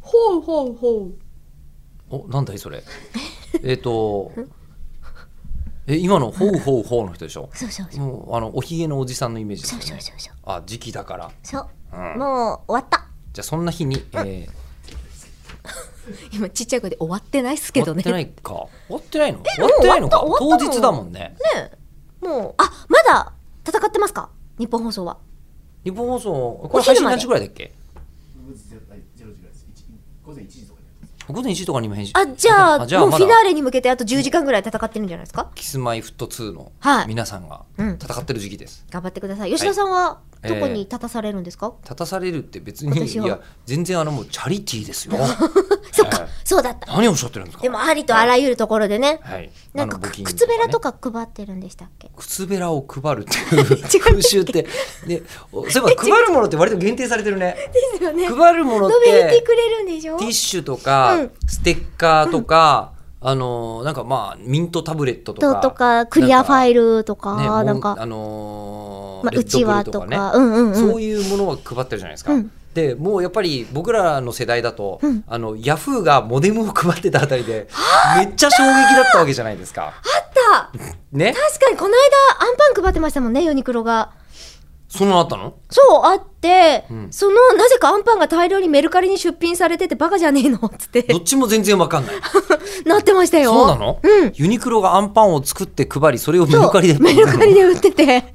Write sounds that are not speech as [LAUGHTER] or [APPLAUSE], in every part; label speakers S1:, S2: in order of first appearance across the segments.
S1: ほうほうほう
S2: おなんだいそれえっとえ今の「ほうほうほう」の人でしょ
S3: そうそうそう
S2: もうあのおひげのおじさんのイメージです
S3: そう
S2: よ
S3: そう
S2: ね
S3: そうそう
S2: あ時期だから
S3: そう、
S2: うん
S3: もう終わった
S2: じゃあそんな日に、えー、
S3: 今ちっちゃい声で終わってないっすけ
S2: 終わ
S3: ど
S2: っ
S3: ね
S2: てないか終わってないの終わってないのか
S3: 終わった終
S2: 当
S3: わったの
S2: 日だもんね
S3: ねえもうあまだ戦ってますか日本放送は
S2: 日本放送これ配信
S3: お昼まで
S2: 何時ぐらいだっけ
S4: ゼロゼロ時ぐらいです。一午前1時とかにやってます。
S2: 午前1時とかに今返信
S3: あじゃあ
S2: じゃあ
S3: もう
S2: ま
S3: フィナー
S2: だ
S3: レに向けてあと10時間ぐらい戦ってるんじゃないですか
S2: キスマイフット2の
S3: はい
S2: 皆さんが
S3: うん
S2: 戦ってる時期です、
S3: 頑張ってください吉田さんは
S2: え
S3: ど
S2: ー
S3: こに立たされるんですか、
S2: 立たされるって別に
S3: 私
S2: い
S3: は
S2: や全然あのもうチャリティーです
S3: [LAUGHS]
S2: よ
S3: そっか、
S2: えー
S3: そうだった
S2: 何をおっしゃってるんですか
S3: でもありとあらゆるところでね、
S2: はい
S3: なん
S2: あ
S3: か
S2: の募金
S3: 靴べらと
S2: ね
S3: か配ってるんでしたっけ
S2: 靴べらを配るって
S3: [LAUGHS]
S2: いう風習ってでおそういえば配るものって割と限定されてるね
S3: ですよね
S2: 配るものっ
S3: ノベルテ
S2: て
S3: ィくれるんでしょ
S2: ティッシュとか、
S3: うん
S2: ステッカーとか、あのーなんかまあミントタブレットと
S3: と
S2: か
S3: とかクリアファ
S2: ル
S3: イルとか
S2: ねもう
S3: なんか、
S2: あのー
S3: まあ、
S2: レ
S3: う
S2: ッド
S3: ち
S2: ブ
S3: わ
S2: ル
S3: と
S2: と
S3: か
S2: かね
S3: うんうんうん
S2: そういうものは配ってるじゃないですか、
S3: うん
S2: でもうやっぱり僕らの世代だと、
S3: うん
S2: あのヤフーがモデムを配ってたあたりでめっちゃ衝撃だったわけじゃないですか
S3: あった
S2: ね
S3: 確かにこの間アンパン配ってましたもんねユニクロが
S2: そんなのあったの
S3: そうあって、
S2: ん
S3: そのなぜかアンパンが大量にメルカリに出品されててバカじゃねえのっ [LAUGHS] つって
S2: どっちも全然わかんない
S3: [LAUGHS] なってましたよ
S2: そうなの、
S3: うん
S2: ユニクロがアンパンを作って配りそれをメ
S3: そう
S2: ルカリで
S3: メルカリで売ってて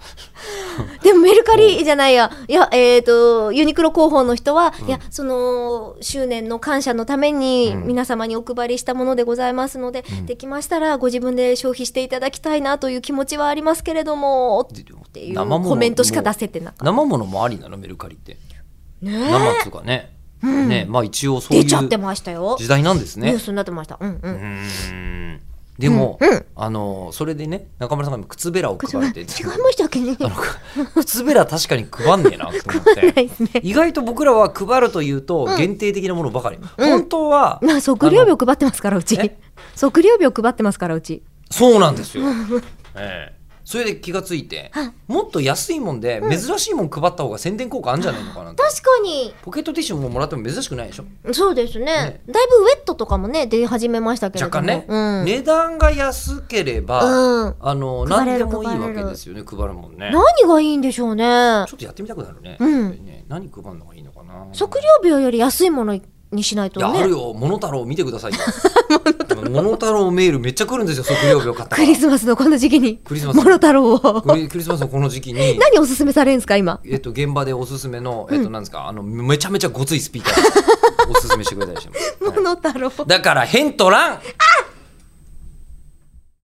S3: でもメルカリじゃないやいやえっ、とユニクロ広報の人は、いやその執念の感謝のために
S2: うん
S3: 皆様にお配りしたものでございますので、できましたらご自分で消費していただきたいなという気持ちはありますけれどもっていう
S2: [LAUGHS] 生もの
S3: コメントしか出せてなかっ
S2: 生ものもありなのメルカリって
S3: たねえ
S2: 生っていうかね,、ねまあ一応そうい
S3: 出
S2: う
S3: ちゃってましたよ
S2: 時代なんです
S3: ニュ
S2: ね
S3: ースになってましたうんうん
S2: うーんでも、
S3: うんうん
S2: あのそれでね中村さんが今靴べらを
S3: 違
S2: 配
S3: い
S2: っ
S3: ま
S2: て
S3: したっけね。
S2: あの [LAUGHS] 靴べら確かに配んねえ
S3: [LAUGHS]
S2: なと思っ
S3: ない
S2: て
S3: ですね。
S2: 意外と僕らは配るというと限定的なものばかり、本当は、
S3: [LAUGHS] まあ測量日を配ってますからうち
S2: え。
S3: 測量日を配ってますからうち。
S2: そうなんですよ、 [LAUGHS] ええそれで気がついて
S3: はい
S2: もっと安いもんで珍しいもん配った方が宣伝効果あるんじゃないのかなって
S3: 確かに
S2: ポケットティッシュももらっても珍しくないでしょ
S3: そうですね
S2: ね
S3: だいぶウェットとかもね出始めましたけれども。
S2: 若干ね、
S3: うん。
S2: 値段が安ければ、
S3: うん
S2: あの
S3: 配
S2: 何
S3: れ
S2: で
S3: る
S2: もいいわ
S3: 配れ
S2: け
S3: る
S2: ですよね配るもんね
S3: 何がいいんでしょうね
S2: ちょ。っとやってみたくなるね,、
S3: うん
S2: ね何配るのがいいのかな
S3: 測量日より安いものにしないと
S2: いやある
S3: ね。
S2: よ「モノタロウ」見てくださいよ「 [LAUGHS] モノタロウ」メールめっちゃ来るんですよ測量日を買ったか
S3: ク
S2: ら
S3: リスマスのこの時期に。
S2: クリスマス
S3: モロ太郎を。
S2: クリクリスマスのこの時期に
S3: 何おすすめされるんですか今。
S2: えっと、現場でおすすめの、えっと、なんですか、あの、め
S3: [LAUGHS]
S2: ちゃめちゃごついスピーカーおすすめしてくれたりしてます。
S3: モロ太郎。
S2: だから、変とらん